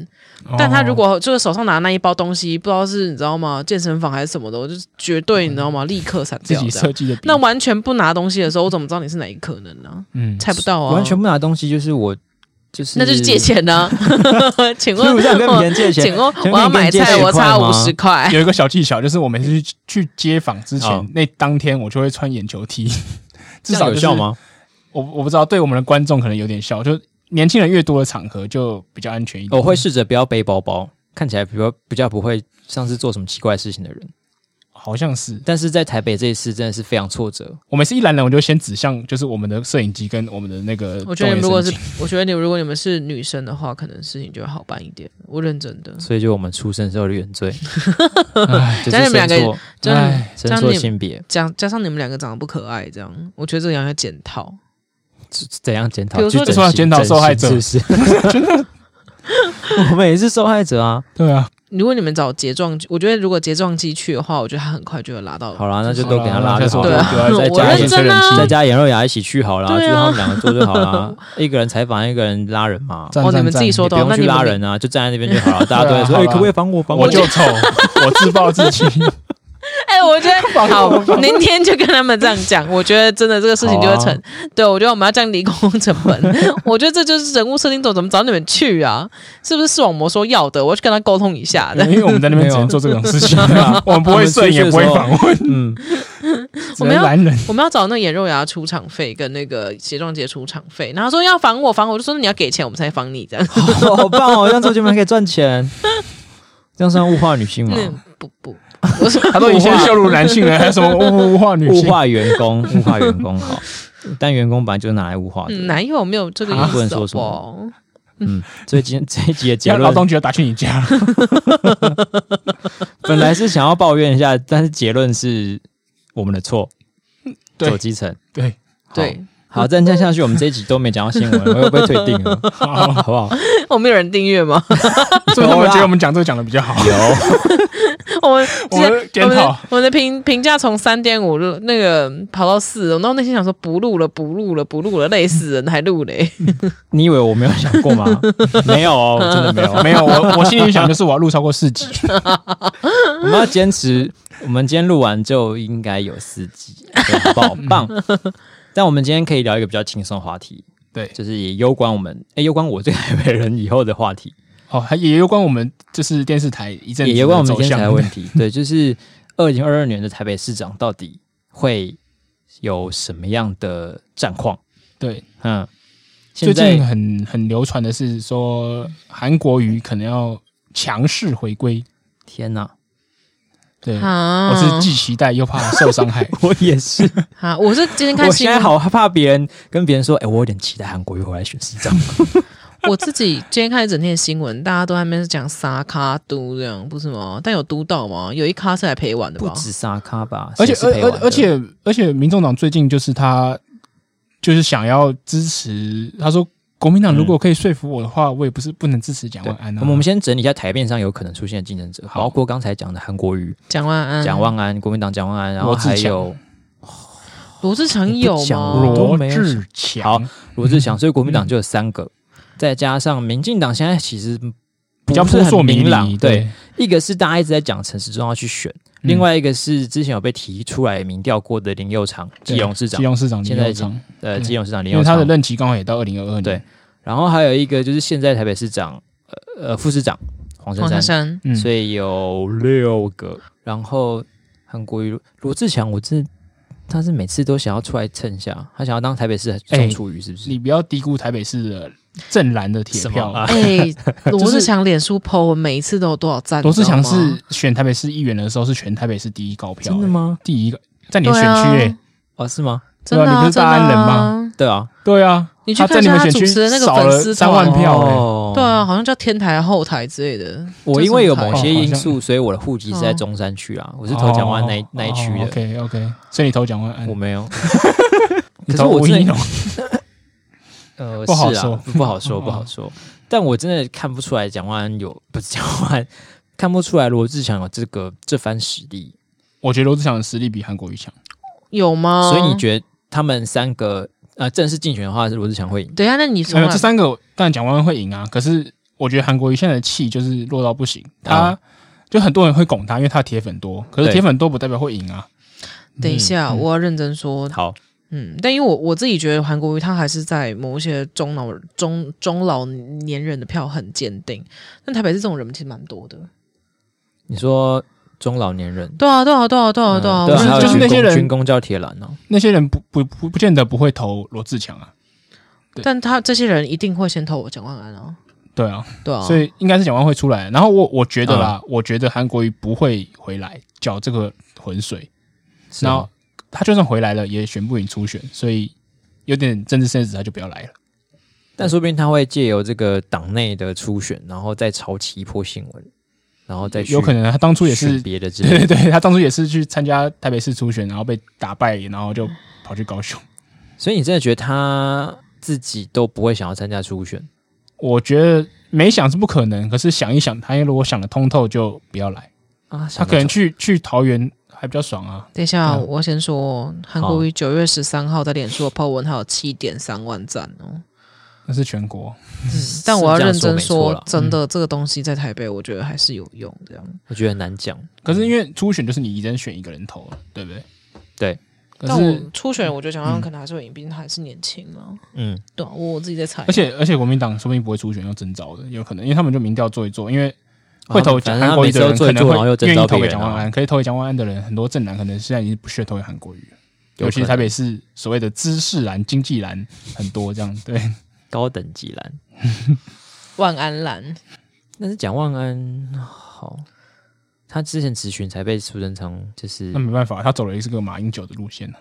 Speaker 1: 哦
Speaker 3: 但
Speaker 2: 哦
Speaker 3: 他如果就是手上拿那一包东西，不知道是你知道吗？健身房还是什么的，我就是绝对你知道
Speaker 1: 嗯
Speaker 3: 吗？立刻闪
Speaker 2: 自
Speaker 3: 掉
Speaker 2: 己
Speaker 3: 这样。
Speaker 2: 设计的笔，
Speaker 3: 那完全不拿东西的时候，我怎么知道你是哪一可能呢、
Speaker 2: 嗯，
Speaker 3: 猜不到啊，
Speaker 1: 完全不拿东西，就是我就是
Speaker 3: 那就是借。钱呢、请
Speaker 1: 所以
Speaker 3: 问
Speaker 1: 我想跟别人借钱
Speaker 3: 请，问
Speaker 1: 请问
Speaker 3: 我要
Speaker 1: 你
Speaker 3: 买菜，
Speaker 1: 跟你借10
Speaker 3: 我差
Speaker 1: 块吗
Speaker 3: 五十 块。
Speaker 2: 有一个小技巧，就是我每次去去街访之前
Speaker 1: 哦，
Speaker 3: 嗯
Speaker 2: 那当天我就会穿眼球 T，至
Speaker 1: 至
Speaker 2: 少
Speaker 1: 少
Speaker 2: 就
Speaker 1: 有
Speaker 2: 是
Speaker 1: 效？吗？
Speaker 2: 我我不知道，对我们的观众可能有点效，就年轻人越多的场合就比较安全一点。
Speaker 1: 我会试着不要背包包，看起来比较比较不会像是做什么奇怪事情的人。
Speaker 2: 好像是
Speaker 1: 但是在台北这一次真的是非常挫折，
Speaker 2: 我每次一拦人，我就先指向就是我们的摄影机跟我们的那个。
Speaker 3: 我觉得如果是
Speaker 2: 动眼神经，
Speaker 3: 我觉得你如果你们是女生的话，可能事情就会好办一点。我认真的，
Speaker 1: 所以就我们出生时候的原罪，
Speaker 2: 唉
Speaker 1: 就
Speaker 3: 但
Speaker 1: 是
Speaker 3: 是你
Speaker 1: 生
Speaker 3: 们两个
Speaker 1: 错
Speaker 3: 真的
Speaker 2: 唉
Speaker 1: 生
Speaker 3: 这样
Speaker 1: 错
Speaker 3: 你
Speaker 1: 性别，
Speaker 3: 加加上你们两个长得不可爱，这样我觉得这个要要检讨。
Speaker 1: 怎样检讨？
Speaker 3: 比如说
Speaker 1: 去整
Speaker 2: 就说要
Speaker 1: 形
Speaker 2: 检讨受害者
Speaker 1: 整形是不是？ 我们也是受害者啊！
Speaker 2: 对啊，
Speaker 3: 如果你们找睫状，我觉得如果睫状肌去的话，我觉得他很快就会拉到。
Speaker 1: 好啦，那就都给他拉
Speaker 2: 下
Speaker 1: 就
Speaker 2: 次我
Speaker 1: 好
Speaker 2: 就
Speaker 3: 对
Speaker 1: 了
Speaker 3: 啊。
Speaker 2: 就
Speaker 1: 再
Speaker 2: 要
Speaker 3: 我
Speaker 1: 加一点
Speaker 2: 点吹
Speaker 3: 认真
Speaker 2: 冷
Speaker 3: 啊
Speaker 2: 气，
Speaker 1: 再加羊肉牙一起去好啦，就
Speaker 3: 对啊
Speaker 1: 是他们两个做就好 啦。一个人采访，一个人拉人嘛。
Speaker 2: 赞
Speaker 3: 哦，你
Speaker 2: 赞
Speaker 3: 们自己
Speaker 2: 赞
Speaker 3: 说
Speaker 1: 你不
Speaker 3: 的哦，
Speaker 1: 用
Speaker 3: 那
Speaker 1: 去
Speaker 3: 你
Speaker 1: 拉
Speaker 3: 们
Speaker 1: 人啊，就站在那边就好了。大家都会
Speaker 2: 对
Speaker 1: 说：“
Speaker 2: 啊好
Speaker 1: 哎，
Speaker 2: 啦
Speaker 1: 可不可以帮我？”帮
Speaker 2: 我就丑，我自暴自 弃。
Speaker 3: 哎，我 觉得好，明天就跟他们这样讲。我觉得真的这个事情就会成。
Speaker 1: 啊
Speaker 3: 对，我觉得我们要降低沟通成本。 我觉得这就是人物设定总怎么找你们去啊？是不是视网膜说要的？我要去跟他沟通一下
Speaker 1: 嗯
Speaker 3: 的。
Speaker 2: 因为我们在那边只能做这种事情，啊我们不会摄影，也不会访问，
Speaker 1: 嗯，
Speaker 2: 只能拦人。
Speaker 3: 我们要找那个眼肉牙出场费跟那个睫状肌的出场费，然后他说要防我防我，我就说那你要给钱我们才防你这样。
Speaker 1: 好好棒哦！这样做节目还可以赚钱，这样算物化女性吗？
Speaker 3: 嗯，不不，我说
Speaker 2: 他都已经先羞辱男性了，还有什么物物化女
Speaker 1: 物
Speaker 2: 性？
Speaker 1: 化员工，物化员工好，但员工本来就是拿来物化的。
Speaker 3: 嗯哪有没有这个意
Speaker 1: 啊不能
Speaker 3: 思
Speaker 1: 说
Speaker 3: 好不
Speaker 1: 什
Speaker 3: 好？
Speaker 1: 么所以今天 这一集的结
Speaker 2: 要劳
Speaker 1: 论，
Speaker 2: 动局要打去你 家，
Speaker 1: 本来是想要抱怨一下，但是结论是我们的错，
Speaker 2: 对
Speaker 1: 走基层。
Speaker 2: 对，
Speaker 3: 对，
Speaker 1: 好，再这样下去，我们这一集都没讲到新闻，我又被退订了，好不好？
Speaker 3: 我们有人订阅吗？
Speaker 2: 所以他们觉得我们讲这个讲的比较好。有，
Speaker 3: 我们
Speaker 2: 我们
Speaker 3: 之前
Speaker 2: 检讨
Speaker 3: 我们我们的评评价从三点五录那个跑到四，然后内心想说不录了，不录了，不录了，累死人还录嘞。
Speaker 1: 你以为我没有想过吗？没有哦，真的没有。
Speaker 2: 没有， 我我心里想就是我要录超过四集，
Speaker 1: 我们要坚持，我们今天录完就应该有四集， 好不好棒！但我们今天可以聊一个比较轻松的话题，
Speaker 2: 对，
Speaker 1: 就是也攸关我们，哎，攸关我这个台北人以后的话题，
Speaker 2: 哦，还也有关我们就是电视台一阵子
Speaker 1: 也攸关我们
Speaker 2: 走
Speaker 1: 天
Speaker 2: 向
Speaker 1: 才的问题。对，就是二零二二年的台北市长到底会有什么样的战况？
Speaker 2: 对，
Speaker 1: 嗯，
Speaker 2: 最
Speaker 1: 现
Speaker 2: 近
Speaker 1: 在
Speaker 2: 很很流传的是说韩国瑜可能要强势回归，
Speaker 1: 天哪，
Speaker 2: 对。
Speaker 3: 啊
Speaker 2: 嗯我是既期待又怕受伤害，
Speaker 1: 我也 是，
Speaker 3: 啊，我是今天看
Speaker 1: 我
Speaker 3: 新
Speaker 1: 现
Speaker 3: 闻
Speaker 1: 在，好怕别人跟别人说，哎，我有点期待韩国瑜回来选市长。
Speaker 3: 我自己今天看一整天的新闻，大家都在那边讲沙卡都这样，不是吗？但有都到吗？有一咖是来陪玩的
Speaker 1: 不
Speaker 3: 吧？
Speaker 1: 止沙卡吧，
Speaker 2: 而且
Speaker 1: 谁是陪
Speaker 2: 而
Speaker 1: 玩
Speaker 2: 而
Speaker 1: 的
Speaker 2: 而且而且，民众党最近就是他就是想要支持，他说国民党如果可以说服我的话，我也不是不能支持蒋
Speaker 1: 嗯对
Speaker 2: 万安啊。
Speaker 1: 我们我们先整理一下台面上有可能出现的竞争者，
Speaker 2: 好
Speaker 1: 包括刚才讲的韩国瑜、
Speaker 3: 蒋万安、
Speaker 1: 蒋万安、国民党蒋万安，然后
Speaker 2: 罗志
Speaker 1: 还
Speaker 2: 强
Speaker 1: 有
Speaker 3: 罗志强
Speaker 1: 你不
Speaker 3: 有
Speaker 1: 讲
Speaker 3: 吗？
Speaker 1: 罗
Speaker 2: 罗志
Speaker 1: 好
Speaker 2: 强，
Speaker 1: 罗志
Speaker 2: 嗯
Speaker 1: 祥，所以国民党就有三个，再加上民进党现在其实
Speaker 2: 比较
Speaker 1: 不是
Speaker 2: 扑朔
Speaker 1: 很
Speaker 2: 迷
Speaker 1: 明朗
Speaker 2: 离，，
Speaker 1: 对，一个是大家一直在讲陈时中要去选，
Speaker 2: 嗯
Speaker 1: 另外一个是之前有被提出来民调过的林佑昌，
Speaker 2: 对
Speaker 1: 基隆市长
Speaker 2: 基，隆市长林
Speaker 1: 现在
Speaker 2: 佑昌，
Speaker 1: 呃，
Speaker 2: 对
Speaker 1: 基隆市长林
Speaker 2: 因
Speaker 1: 佑
Speaker 2: 为他
Speaker 1: 昌
Speaker 2: 的，任期刚好也到二零二二年，
Speaker 1: 对然后还有一个就是现在台北市长，呃呃，副市长黄珊
Speaker 3: 黄珊
Speaker 1: 珊，
Speaker 3: 珊，
Speaker 2: 嗯，
Speaker 1: 所以有六个，然后韩国瑜、罗志强，我真的。他是每次都想要出来蹭一下，他想要当台北市的
Speaker 2: 哎
Speaker 1: 宋楚瑜，是不是？
Speaker 2: 你不要低估台北市的正蓝的铁
Speaker 1: 什么
Speaker 2: 票。
Speaker 1: 啊
Speaker 3: 哎、罗、
Speaker 2: 就是
Speaker 3: 志祥脸书 po 文，每一次都有多少赞？
Speaker 2: 罗志
Speaker 3: 你
Speaker 2: 强
Speaker 3: 知道吗
Speaker 2: 是选台北市议员的时候是全台北市第一高票、
Speaker 1: 真的
Speaker 2: 欸
Speaker 1: 吗？
Speaker 2: 第一个在你的选区
Speaker 3: 对
Speaker 2: 哎、
Speaker 3: 啊
Speaker 2: 欸
Speaker 1: 哦，是吗？
Speaker 3: 真的、
Speaker 2: 对啊你不是
Speaker 3: 真的
Speaker 2: 大安人
Speaker 3: 啊
Speaker 2: 吗？
Speaker 1: 对啊，
Speaker 2: 对啊，
Speaker 3: 你去
Speaker 2: 他在
Speaker 3: 看
Speaker 2: 你
Speaker 3: 一下
Speaker 2: 们
Speaker 3: 他
Speaker 2: 选
Speaker 3: 主
Speaker 2: 区
Speaker 3: 持的那个
Speaker 2: 少
Speaker 3: 粉
Speaker 2: 了
Speaker 3: 丝
Speaker 2: 三
Speaker 3: 团
Speaker 2: 万票哎、欸
Speaker 1: 哦
Speaker 3: 对啊，好像叫天台后台之类的。
Speaker 1: 我因为有某些
Speaker 2: 哦好
Speaker 1: 因
Speaker 2: 像
Speaker 1: 素，所以我的户籍是在
Speaker 3: 哦
Speaker 1: 中山区啊，我是投蒋万那一
Speaker 2: 哦
Speaker 1: 那一区
Speaker 2: 哦
Speaker 1: 的，
Speaker 2: OK OK，所以你投蒋万嗯安
Speaker 1: 我，没 有。可
Speaker 2: 你
Speaker 1: 是
Speaker 2: 投
Speaker 1: 我
Speaker 2: 吴
Speaker 1: 真
Speaker 2: 一
Speaker 1: 的
Speaker 2: 农，
Speaker 1: 呃
Speaker 2: 不好
Speaker 1: 是啊
Speaker 2: 说
Speaker 1: 不好说，
Speaker 2: 哦
Speaker 1: 不好说。但我真的看不出来蒋万安有不是蒋万安，看不出来罗志祥有这个这番实力。
Speaker 2: 我觉得罗志祥的实力比韩国瑜强。
Speaker 3: 有
Speaker 2: 哦
Speaker 3: 吗？
Speaker 1: 所以你觉得他们三个呃正式竞选的话，是罗志祥会赢？
Speaker 3: 等一下，那你从
Speaker 1: 哎
Speaker 2: 没有
Speaker 3: 哪
Speaker 2: 这？三个，当然蒋万安会赢啊，可是我觉得韩国瑜现在的气就是弱到不行，他、
Speaker 1: 嗯
Speaker 2: 就很多人会拱他，因为他的铁粉多，可是
Speaker 1: 对
Speaker 2: 铁粉多不代表会赢啊。
Speaker 3: 等一下，
Speaker 2: 嗯
Speaker 3: 我要认真说。
Speaker 1: 好，
Speaker 3: 嗯，但因为我我自己觉得韩国瑜他还是在某一些中老中中老年人的票很坚定，但台北市这种人其实蛮多的。
Speaker 1: 你说中老年人。
Speaker 3: 对啊，对啊，对啊，对
Speaker 2: 哦
Speaker 3: 啊，
Speaker 1: 嗯
Speaker 3: 对啊，
Speaker 1: 对
Speaker 3: 我
Speaker 1: 啊，还有
Speaker 2: 就是
Speaker 1: 军
Speaker 2: 那些
Speaker 1: 工
Speaker 2: 人
Speaker 1: 军工叫铁栏哦，
Speaker 2: 那些人不不不不见得不会投罗志强啊，
Speaker 3: 但他这些人一定会先投我蒋万安啊，
Speaker 2: 对啊，
Speaker 3: 对
Speaker 1: 哦
Speaker 3: 啊，
Speaker 2: 所以应该是蒋万会出来。然后我我觉得
Speaker 1: 嗯
Speaker 2: 啦，我觉得韩国瑜不会回来搅这个浑水，
Speaker 1: 是啊
Speaker 2: 然
Speaker 1: 吗
Speaker 2: 后他就算回来了也选不赢初选，所以有点政治现实他就不要来了。
Speaker 1: 但说不定他会借由这个党内的初选，然后再炒起一波新闻，然后再去
Speaker 2: 有可能他当初也是
Speaker 1: 选别的之类
Speaker 2: 对
Speaker 1: 的。
Speaker 2: 对对，他当初也是去参加台北市初选，然后被打败，然后就跑去高雄。
Speaker 1: 所以你真的觉得他自己都不会想要参加初选？
Speaker 2: 我觉得没想是不可能，可是想一想，他如果想的通透，就不要来。
Speaker 1: 啊，
Speaker 2: 他可能去去桃园还比较爽啊。
Speaker 3: 等一下，
Speaker 2: 嗯
Speaker 3: 我先说，韩国瑜九月十三号在脸书的 po 文，他有七点三万赞哦。
Speaker 2: 那是全国，
Speaker 3: 但我要认真
Speaker 1: 说
Speaker 3: 说
Speaker 1: 了，，
Speaker 3: 真的，这个东西在台北，我觉得还是有用。这样，
Speaker 1: 我觉得很难讲。
Speaker 2: 可是因为初选就是你一人选一个人投，对不对？
Speaker 1: 对。
Speaker 2: 可
Speaker 3: 但
Speaker 2: 是
Speaker 3: 我，初选，我觉得蒋万安可能还是会赢，毕竟他还是年轻嘛。
Speaker 1: 嗯，
Speaker 3: 对啊，我我自己在猜。
Speaker 2: 而且而且国民党说不定不会初选，要征召的，有可能，因为他们就民调做一做，因为会投
Speaker 1: 哦反
Speaker 2: 蒋
Speaker 1: 正他
Speaker 2: 韩国
Speaker 1: 每
Speaker 2: 瑜
Speaker 1: 次
Speaker 2: 的
Speaker 1: 都
Speaker 2: 人
Speaker 1: 做
Speaker 2: 可
Speaker 1: 一
Speaker 2: 能
Speaker 1: 做，然后
Speaker 2: 会
Speaker 1: 又
Speaker 2: 愿
Speaker 1: 征
Speaker 2: 意
Speaker 1: 召
Speaker 2: 投
Speaker 1: 别
Speaker 2: 给
Speaker 1: 人
Speaker 2: 蒋万
Speaker 1: 啊。
Speaker 2: 安，可以投给蒋万安的人，很多正蓝可能现在已经不屑投给韩国瑜了，
Speaker 1: 有
Speaker 2: 尤其
Speaker 1: 可能
Speaker 2: 是台北市所谓的知识蓝、经济蓝很多这样，对，
Speaker 1: 嗯高等级蓝，
Speaker 3: 万安兰，
Speaker 1: 但是蒋万安好，他之前咨询才被苏贞昌就是
Speaker 2: 那没办法，他走了一个马英九的路线了，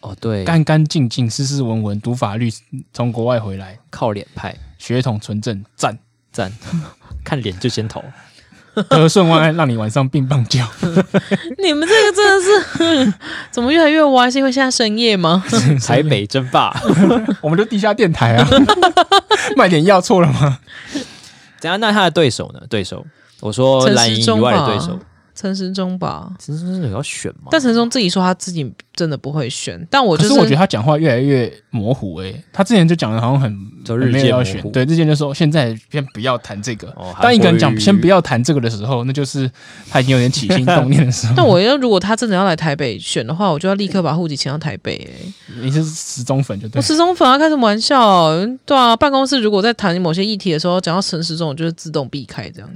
Speaker 1: 哦对，
Speaker 2: 干干净净、斯斯文文、读法律，从国外回来，
Speaker 1: 靠脸派
Speaker 2: 血统纯正，赞，
Speaker 1: 赞， 看脸就先投。
Speaker 2: 和顺万安让你晚上并棒叫，
Speaker 3: 你们这个真的是怎么越来越歪？是因为现在深夜吗？
Speaker 1: 台北争 霸，
Speaker 2: 我们就地下电台啊， 卖点药错了吗？
Speaker 1: 怎样？那他的对手呢？对手，我说
Speaker 3: 陈
Speaker 1: 蓝
Speaker 3: 时
Speaker 1: 营
Speaker 3: 中
Speaker 1: 以外的
Speaker 3: 吧
Speaker 1: 对手，，
Speaker 3: 陈时中吧。
Speaker 1: 陈时中有要选吗？
Speaker 3: 但陈时中自己说他自己真的不会选，但我
Speaker 2: 可
Speaker 3: 就是
Speaker 2: 是我觉得他讲话越来越模糊诶、他之前就讲的好像很
Speaker 1: 就日渐
Speaker 2: 很没有要
Speaker 1: 模糊
Speaker 2: 选，对，之前就说现在先不要谈这个。
Speaker 1: 哦
Speaker 2: 当一个人讲先不
Speaker 1: 要，
Speaker 2: 要谈这个的时候，那就是他已经有点起心动念的时候。
Speaker 3: 但我要如果他真的要来台北选的话，我就要立刻把户籍迁到台北、欸。
Speaker 2: 你是时钟粉就对了，
Speaker 3: 我时钟粉啊，开什么玩笑？对啊，办公室如果在谈某些议题的时候，讲到陈时中，我就是自动避开 这样。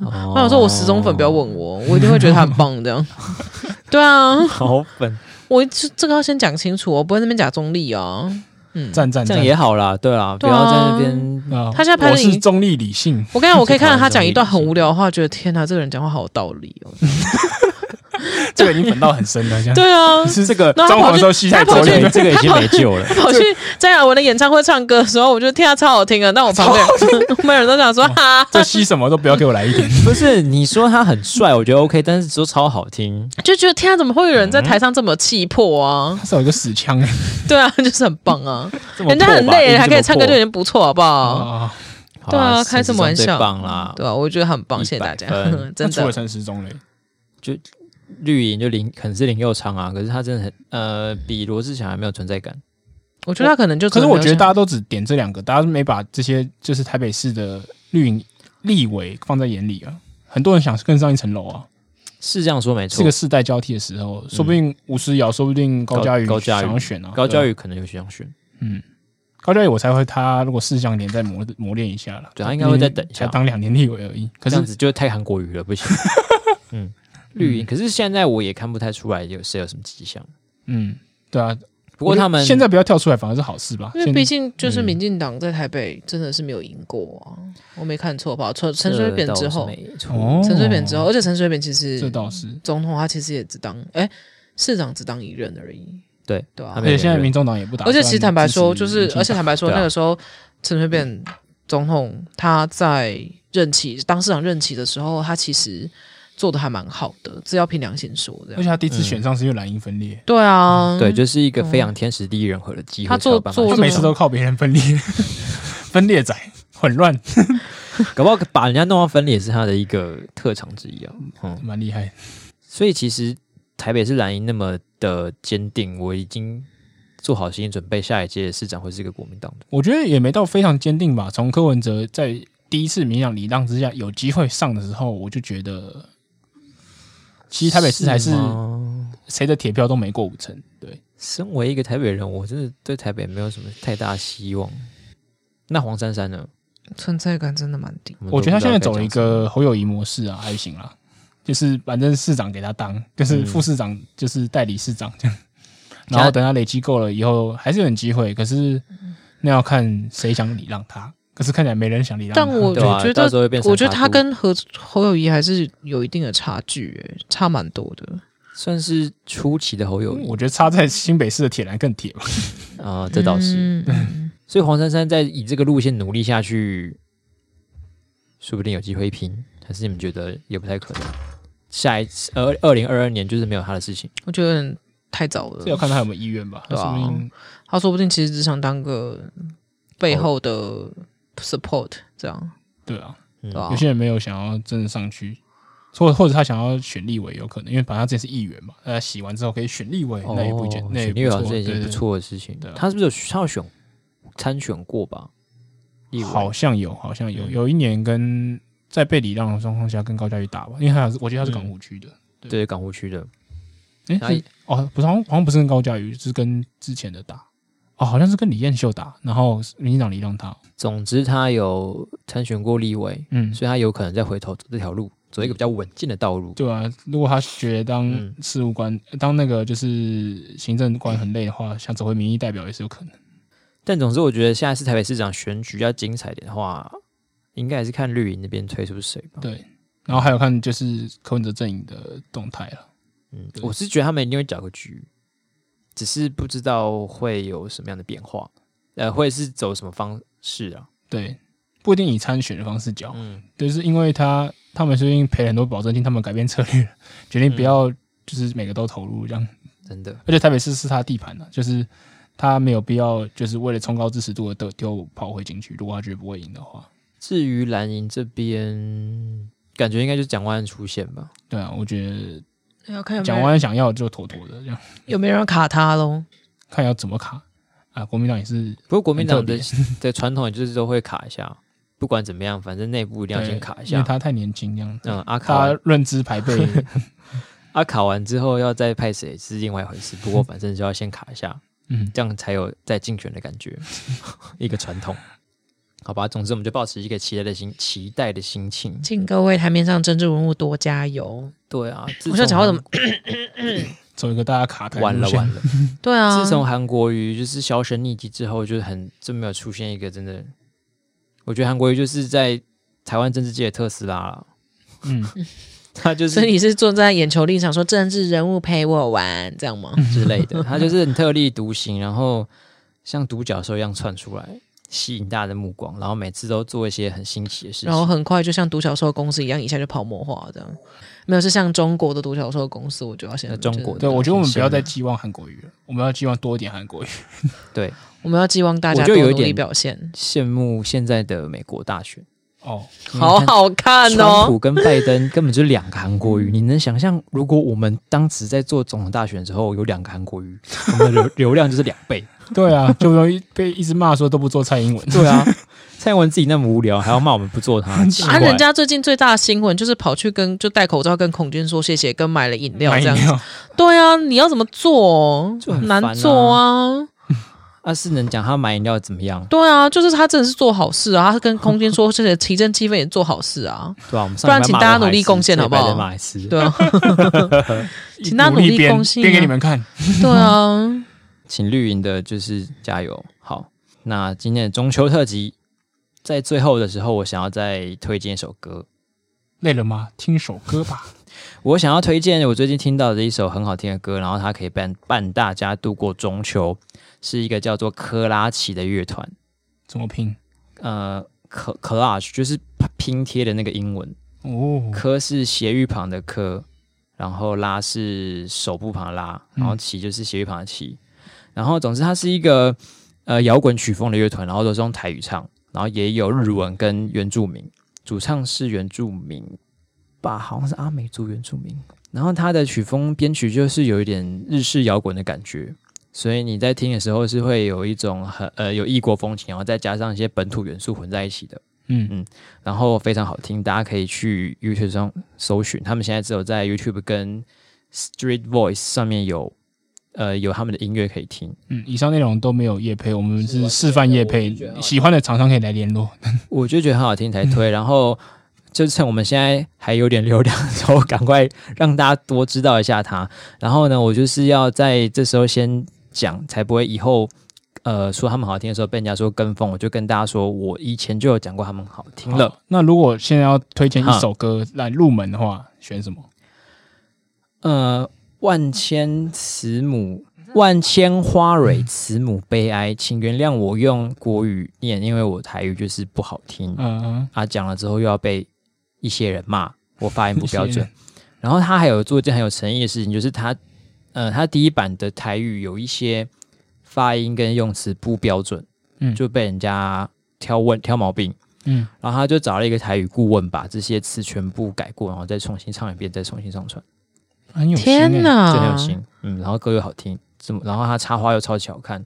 Speaker 1: 我
Speaker 3: 那我说我时钟粉不要问我，我一定会觉得他很棒这 样。对啊，
Speaker 1: 好粉，
Speaker 3: 我这这个要先讲清楚哦，我不会在那边假中立啊。 嗯，
Speaker 2: 赞赞
Speaker 1: 这
Speaker 2: 赞
Speaker 1: 样也好啦，对啦，不
Speaker 3: 对啊
Speaker 1: 要在那边
Speaker 2: 啊！
Speaker 3: 他现在拍的
Speaker 2: 我是
Speaker 3: 影
Speaker 2: 中立理性，
Speaker 3: 我刚才我可以看到他讲一段很无聊的话，觉得天哪，这个人讲话好有道理哦。
Speaker 2: 这个已经粉到很深了，这样。
Speaker 3: 对啊
Speaker 2: 你，是这个
Speaker 3: 然后
Speaker 2: 装
Speaker 3: 他
Speaker 2: 潢
Speaker 3: 跑
Speaker 2: 的
Speaker 3: 去
Speaker 2: 时候吸太
Speaker 3: 他跑
Speaker 2: 走
Speaker 1: 这
Speaker 3: 去
Speaker 2: 脸
Speaker 1: 个，这个已经没救 了。
Speaker 3: 跑去张雅文的演唱会唱歌的时候，我就听他超 好听的，但我旁边人旁边人都想说哈，
Speaker 2: 这吸什么都不要给我来一点。
Speaker 1: 不是你说他很帅，我觉得 OK，但是说超好听，
Speaker 3: 就觉得天啊，怎么会有人在台上这么有气魄啊？
Speaker 2: 他是有一个死腔哎
Speaker 3: 对啊，就是很棒啊，
Speaker 1: 这么
Speaker 3: 人家很
Speaker 1: 破吧
Speaker 3: 累
Speaker 1: 硬
Speaker 3: 还可以唱歌就已
Speaker 1: 这么
Speaker 3: 经不错，好不好？
Speaker 2: 啊！
Speaker 1: 破好
Speaker 3: 对啊
Speaker 1: 啦
Speaker 3: 开什
Speaker 1: 陈
Speaker 3: 么玩
Speaker 1: 时中最
Speaker 3: 笑
Speaker 1: 棒啦，
Speaker 3: 对啊，我觉得很棒，谢谢大家，
Speaker 1: 100分
Speaker 2: 那
Speaker 3: 真
Speaker 2: 除了
Speaker 3: 的。
Speaker 2: 陈时中嘞，
Speaker 1: 绿营就林可能是林佑昌啊，可是他真的很呃，比罗志祥还没有存在感。
Speaker 3: 我觉得他可能就
Speaker 2: 可是我觉得大
Speaker 3: 他
Speaker 2: 家都只点这两个，大家没把这些就是台北市的绿营立委放在眼里啊。很多人想更上一层楼啊，
Speaker 1: 是这样说没
Speaker 2: 是
Speaker 1: 错
Speaker 2: 个。世代交替的时候，说不定吴思瑶，说不定高嘉瑜
Speaker 1: 嗯高高嘉瑜
Speaker 2: 想要选啊。
Speaker 1: 高嘉
Speaker 2: 对啊，
Speaker 1: 瑜可能有想选，
Speaker 2: 高嘉瑜，我才会他如果四项年再磨磨练一下了。
Speaker 1: 对他应该会再等一下
Speaker 2: 才当两年立委而已。可
Speaker 1: 这
Speaker 2: 是
Speaker 1: 样子就太韩国瑜了，不 行。嗯，绿营，可是现在我也看不太出来有谁有什么迹象。
Speaker 2: 嗯，对啊。
Speaker 1: 不过他们
Speaker 2: 我觉得现在不要跳出来，反而是好事吧。
Speaker 3: 因为毕
Speaker 2: 现
Speaker 3: 竟就是
Speaker 1: 嗯
Speaker 3: 民进党在台北真的是没有赢过啊，我没看错吧？陈陈水扁之后，
Speaker 1: 哦，
Speaker 3: 陈水扁之后，而且陈水扁其实
Speaker 2: 这倒是，
Speaker 3: 总统他其实也只当哎、市长只当一任而已，
Speaker 1: 对，
Speaker 3: 对啊
Speaker 1: 他
Speaker 2: 而
Speaker 1: 没有
Speaker 2: 且现在
Speaker 1: 人
Speaker 2: 民众党也不打
Speaker 3: 而
Speaker 2: 算支持民进党。
Speaker 3: 且其实坦白说，就是而且坦白说，
Speaker 1: 对啊
Speaker 3: 那个时候陈水扁总统他在任期当市长任期的时候，他其实做的还蛮好的，这要凭良心说
Speaker 1: 嗯
Speaker 2: 而且
Speaker 3: 的。
Speaker 2: 他第一次选上是因为蓝营分裂，
Speaker 3: 对啊，
Speaker 1: 对，就是一个非常天时地利人和的机会。
Speaker 3: 他做
Speaker 1: 才有办法
Speaker 3: 做
Speaker 2: 他
Speaker 1: 选
Speaker 2: 每次都靠别人分裂，分裂仔混乱，
Speaker 1: 搞不好把人家弄到分裂也是他的一个特长之一啊。嗯，
Speaker 2: 蛮厉害。
Speaker 1: 所以其实台北市蓝营那么的坚定，我已经做好心理准备，下一届市长会是一个国民党的。
Speaker 2: 我觉得也没到非常坚定吧。从柯文哲在第一次民进党离让之下有机会上的时候，我就觉得，其实台北市还是
Speaker 1: 吗
Speaker 2: 谁的铁票都没过五成。对，
Speaker 1: 身为一个台北人，我真的对台北没有什么太大希望。那黄珊珊呢？
Speaker 3: 存在感真的蛮低。
Speaker 1: 我们都
Speaker 2: 我觉得他
Speaker 1: 不知
Speaker 2: 现
Speaker 1: 道
Speaker 2: 在
Speaker 1: 该
Speaker 2: 走了一
Speaker 1: 讲什么
Speaker 2: 个侯友谊模式啊，还行啦。就是反正市长给他当，就是
Speaker 1: 嗯
Speaker 2: 副市长，就是代理市长这样。然后等他累积够了以后，还是有点机会。可是那要看谁想礼让他。可是看起来没人想礼让他。
Speaker 3: 但我
Speaker 1: 对啊
Speaker 3: 我觉
Speaker 1: 到
Speaker 3: 得
Speaker 1: 时候会变成
Speaker 3: 我觉得他
Speaker 1: 八股
Speaker 3: 跟何侯友谊还是有一定的差距、欸，差蛮多的。
Speaker 1: 算是初期的侯友谊
Speaker 2: 我觉得插在新北市的铁栏更铁吧。
Speaker 1: 啊、这倒是。
Speaker 3: 嗯嗯
Speaker 1: 所以黄珊珊在以这个路线努力下去，说不定有机会一拼。还是你们觉得也不太可能？下一次二二零二二年就是没有他的事情。
Speaker 3: 我觉得有点太早了
Speaker 2: 这。要看他有没有意愿吧。
Speaker 3: 对啊
Speaker 2: 说不定
Speaker 3: 他说不定其实只想当个背
Speaker 1: 哦
Speaker 3: 后的 support，这样
Speaker 2: 对啊，
Speaker 1: 嗯
Speaker 3: 对吧、
Speaker 2: 有些人没有想要真的上去，或或者他想要选立委有可能，因为反正他之前是议员嘛，呃，洗完之后可以选立委，那也不一定
Speaker 1: 哦
Speaker 2: 那也
Speaker 1: 选立委
Speaker 2: 不
Speaker 1: 好
Speaker 2: 错，
Speaker 1: 像已
Speaker 2: 对
Speaker 1: 经
Speaker 2: 对
Speaker 1: 不错的事情
Speaker 2: 对啊。
Speaker 1: 他是不是有他有选参选过吧？立
Speaker 2: 对
Speaker 1: 委
Speaker 2: 好像有，好像有，
Speaker 1: 嗯
Speaker 2: 有一年跟在被礼让的状况下跟高嘉瑜打吧，因为他是我记得他是港湖区的，
Speaker 1: 对港湖区的，
Speaker 2: 诶，
Speaker 1: 哪里
Speaker 2: 是哦，不是，好像好像不是跟高嘉瑜，是跟之前的打。哦，好像是跟李彦秀打，然后民进党礼让他，
Speaker 1: 总之他有参选过立委，
Speaker 2: 嗯，
Speaker 1: 所以他有可能再回头走这条路，走一个比较稳健的道路。
Speaker 2: 对啊，如果他觉得当
Speaker 1: 嗯
Speaker 2: 事务官、当那个就是行政官很累的话，想走回民意代表也是有可能。
Speaker 1: 但总之，我觉得下一次台北市长选举要精彩一点的话，应该还是看绿营那边推出谁吧。
Speaker 2: 对，然后还有看就是柯文哲阵营的动态了。
Speaker 1: 嗯，
Speaker 2: 对
Speaker 1: 我是觉得他们一定会搅个局，只是不知道会有什么样的变化，呃，会是走什么方式啊？
Speaker 2: 对，不一定以参选的方式讲，
Speaker 1: 嗯，
Speaker 2: 就是因为他他们最近赔了很多保证金，他们改变策略了，
Speaker 1: 嗯
Speaker 2: 决定不要就是每个都投入这样。
Speaker 1: 真的，
Speaker 2: 而且台北市是他地盘啊，就是他没有必要就是为了冲高支持度而丢丢跑回进去，如果他觉得不会赢的话。
Speaker 1: 至于蓝营这边，感觉应该就是蒋万安出现吧。
Speaker 2: 对啊，我觉得
Speaker 3: 要看有
Speaker 2: 蒋
Speaker 3: 没有
Speaker 2: 万
Speaker 3: 人
Speaker 2: 安想要就妥妥的这样，
Speaker 3: 有没有人卡他喽。
Speaker 2: 看要怎么卡啊。国民党也是
Speaker 1: 不过国民党的
Speaker 2: 很
Speaker 1: 的传统就是都会卡一下，不管怎么样，反正内部一定要
Speaker 2: 对
Speaker 1: 先卡一
Speaker 2: 因为
Speaker 1: 下。
Speaker 2: 他太年轻这样。
Speaker 1: 嗯，阿、卡
Speaker 2: 他
Speaker 1: 完
Speaker 2: 认知排 辈
Speaker 1: 阿、啊卡完之后要再派谁是另外一回事，不过反正就要先卡一下，
Speaker 2: 嗯，
Speaker 1: 这样才有在竞选的感 觉，一个传统。好吧，总之我们就保持一个期待的心，期待的心情。
Speaker 3: 请各位台面上政治人物多加油。
Speaker 1: 对啊，自
Speaker 3: 我现在讲话怎么
Speaker 1: 从？
Speaker 2: 走一个大家卡台
Speaker 1: 完
Speaker 2: 路
Speaker 1: 了
Speaker 2: 线
Speaker 1: 完了？
Speaker 3: 对啊，
Speaker 1: 自从韩国瑜就是销声匿迹之后，就是很就没有出现一个真的，我觉得韩国瑜就是在台湾政治界的特斯拉了。
Speaker 2: 嗯，
Speaker 1: 他就是
Speaker 3: 所以你是坐在眼球立场说政治人物陪我玩这样吗？
Speaker 1: 之类的，他就是很特立独行，然后像独角兽一样窜出来，吸引大家的目光，然后每次都做一些很新奇的事
Speaker 3: 然后
Speaker 1: 情。
Speaker 3: 很快就像独角兽公司一样，一下就泡沫化这样。没有，是像中国的独角兽公司，我就要先
Speaker 1: 那中国
Speaker 3: 就是
Speaker 2: 对，我觉得我们不要
Speaker 1: 挺深的
Speaker 2: 再寄望韩国语了，我们要寄望多一点韩国语。
Speaker 1: 对，
Speaker 3: 我们要寄望大家
Speaker 1: 我就
Speaker 3: 多
Speaker 1: 有一
Speaker 3: 努力
Speaker 1: 点
Speaker 3: 表现，
Speaker 1: 羡慕现在的美国大选，
Speaker 2: 哦，
Speaker 3: 好好看
Speaker 1: 川
Speaker 3: 哦。
Speaker 1: 普跟拜登根本就两个韩国瑜。你能想象，如果我们当时在做总统大选的时候有两个韩国瑜，我们的流 流量就是两倍。
Speaker 2: 对啊， 就容易被一直骂说都不做蔡英文。
Speaker 1: 对啊， 蔡英文自己那么无聊，还要骂我们不做 他，奇
Speaker 3: 啊，
Speaker 1: 怪。
Speaker 3: 人家最近最大的新闻就是跑去跟就戴口罩跟孔军说谢谢，跟买了饮料
Speaker 2: 买
Speaker 3: 这
Speaker 2: 饮
Speaker 3: 样。
Speaker 2: 料，
Speaker 3: 对啊，你要怎么做
Speaker 1: 就？很烦啊
Speaker 3: 难做啊。
Speaker 1: 啊是能讲他买饮料怎么样，
Speaker 3: 对啊，就是他真的是做好事啊，他跟空间说，这个 提振气氛也做好事啊，
Speaker 1: 对吧、我们上
Speaker 3: 不然
Speaker 1: 礼拜
Speaker 3: 请
Speaker 1: 骂
Speaker 3: 大
Speaker 1: 过
Speaker 3: 家
Speaker 1: 他
Speaker 3: 努力
Speaker 1: 一次
Speaker 3: 贡献
Speaker 1: 这
Speaker 3: 好
Speaker 1: 礼
Speaker 3: 不
Speaker 1: 拜
Speaker 3: 好
Speaker 1: 再骂一次。
Speaker 3: 对啊，请大家努
Speaker 2: 力
Speaker 3: 力
Speaker 2: 编
Speaker 3: 贡献啊
Speaker 2: 编给你们看。
Speaker 3: 对啊，
Speaker 1: 请绿营的就是加油。好，那今天的中秋特辑，在最后的时候，我想要再推荐一首歌。
Speaker 2: 累了吗？听首歌吧。
Speaker 1: 我想要推荐我最近听到的一首很好听的歌，然后它可以伴伴大家度过中秋，是一个叫做科拉奇的乐团，
Speaker 2: 怎么拼？
Speaker 1: 呃，可 collage 就是拼贴的那个英文，
Speaker 2: 哦，
Speaker 1: 科是斜玉旁的科，然后拉是手部旁的拉，然后旗就是斜玉旁的旗。然后总之它是一个呃摇滚曲风的乐团，然后都是用台语唱，然后也有日文跟原住民，主唱是原住民吧，好像是阿美族原住民。然后它的曲风编曲就是有一点日式摇滚的感觉。所以你在听的时候是会有一种很呃有异国风情，然后再加上一些本土元素混在一起的，
Speaker 2: 嗯，
Speaker 1: 然后非常好听，大家可以去 YouTube 上搜寻。他们现在只有在 YouTube 跟 Street Voice 上面有，呃，有他们的音乐可以听。
Speaker 2: 嗯，以上内容都没有夜配，我们是示范夜配，喜欢的厂商可以来联络。
Speaker 1: 我就觉得很好听才推，然后就趁我们现在还有点流量的时候，赶快让大家多知道一下它。然后呢，我就是要在这时候先讲，才不会以后。呃，说他们好听的时候被人家说跟风，我就跟大家说，我以前就有讲过他们好听了。
Speaker 2: 好那如果现在要推荐一首歌来入门的话，选什么？
Speaker 1: 呃，万千慈母，万千花蕊，慈母悲哀，请原谅我用国语念，因为我台语就是不好听
Speaker 2: 嗯，
Speaker 1: 啊，讲了之后又要被一些人骂，我发音不标
Speaker 2: 一些
Speaker 1: 准
Speaker 2: 人。
Speaker 1: 然后他还有做一件很有诚意的事情，就是他，呃，他第一版的台语有一些发音跟用词不标准，
Speaker 2: 嗯
Speaker 1: 就被人家挑问挑毛病。
Speaker 2: 嗯，
Speaker 1: 然后他就找了一个台语顾问，把这些词全部改过，然后再重新唱一遍，再重新上传。
Speaker 2: 很有心欸
Speaker 3: 天哪，
Speaker 1: 真的很有心，嗯，然后歌又好听，这么然后他插花又超级好看，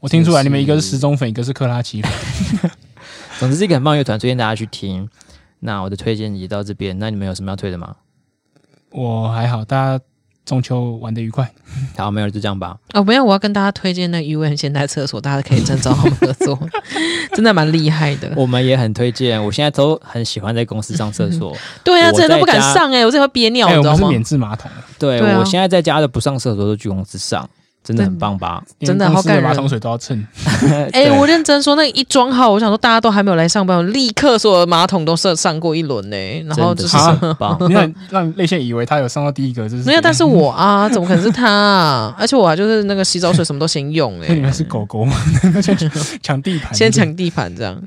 Speaker 2: 我听出来你们一个是失踪粉，一个是克拉奇粉。
Speaker 1: 总之是一个很棒的乐团，推荐大家去听。那我的推荐也到这边，那你们有什么要推的吗？
Speaker 2: 我还好，大家中秋玩的愉快。
Speaker 1: 好，没有就这样 吧。
Speaker 3: 哦，没有，我要跟大家推荐那 UN 现代厕所，大家可以征找他们合作， 真的蛮厉害的。
Speaker 1: 我们也很推荐，我现在都很喜欢在公司上厕 所，
Speaker 3: 对啊，
Speaker 1: 我
Speaker 3: 真的都不敢
Speaker 1: 在家
Speaker 3: 上哎、我这会憋尿，
Speaker 2: 哎，
Speaker 3: 你
Speaker 2: 我
Speaker 3: 知道
Speaker 2: 们是
Speaker 3: 吗？
Speaker 2: 免治马桶，
Speaker 1: 对
Speaker 3: 对啊
Speaker 1: 我现在在家的不上厕所都去公司上，真的很棒吧？
Speaker 2: 连
Speaker 3: 真的
Speaker 2: 公
Speaker 3: 好
Speaker 2: 司
Speaker 3: 感
Speaker 2: 的
Speaker 3: 人
Speaker 2: 马桶水都要 蹭。
Speaker 3: 哎、
Speaker 1: 对
Speaker 3: 我认真说，那一装好，我想说大家都还没有来上班，我立刻所有的马桶都上上过一轮呢、然后
Speaker 1: 真的
Speaker 3: 就是
Speaker 1: 是很 棒。
Speaker 2: 你看，让泪腺以为他有上到第一个，就是
Speaker 3: 没有，但是我啊，怎么可能是他、啊？而且我啊，就是那个洗澡水什么都先 用 哎、
Speaker 2: 那你们是狗狗吗？先 抢地盘，
Speaker 3: 先。抢地盘这样。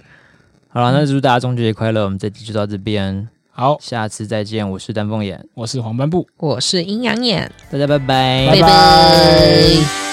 Speaker 1: 好了，那祝大家中秋节快乐！我们这集就到这边，
Speaker 2: 好，
Speaker 1: 下次再见。我是丹凤眼，
Speaker 2: 我是黄斑布，
Speaker 3: 我是阴阳眼，
Speaker 1: 大家拜拜
Speaker 2: 拜拜。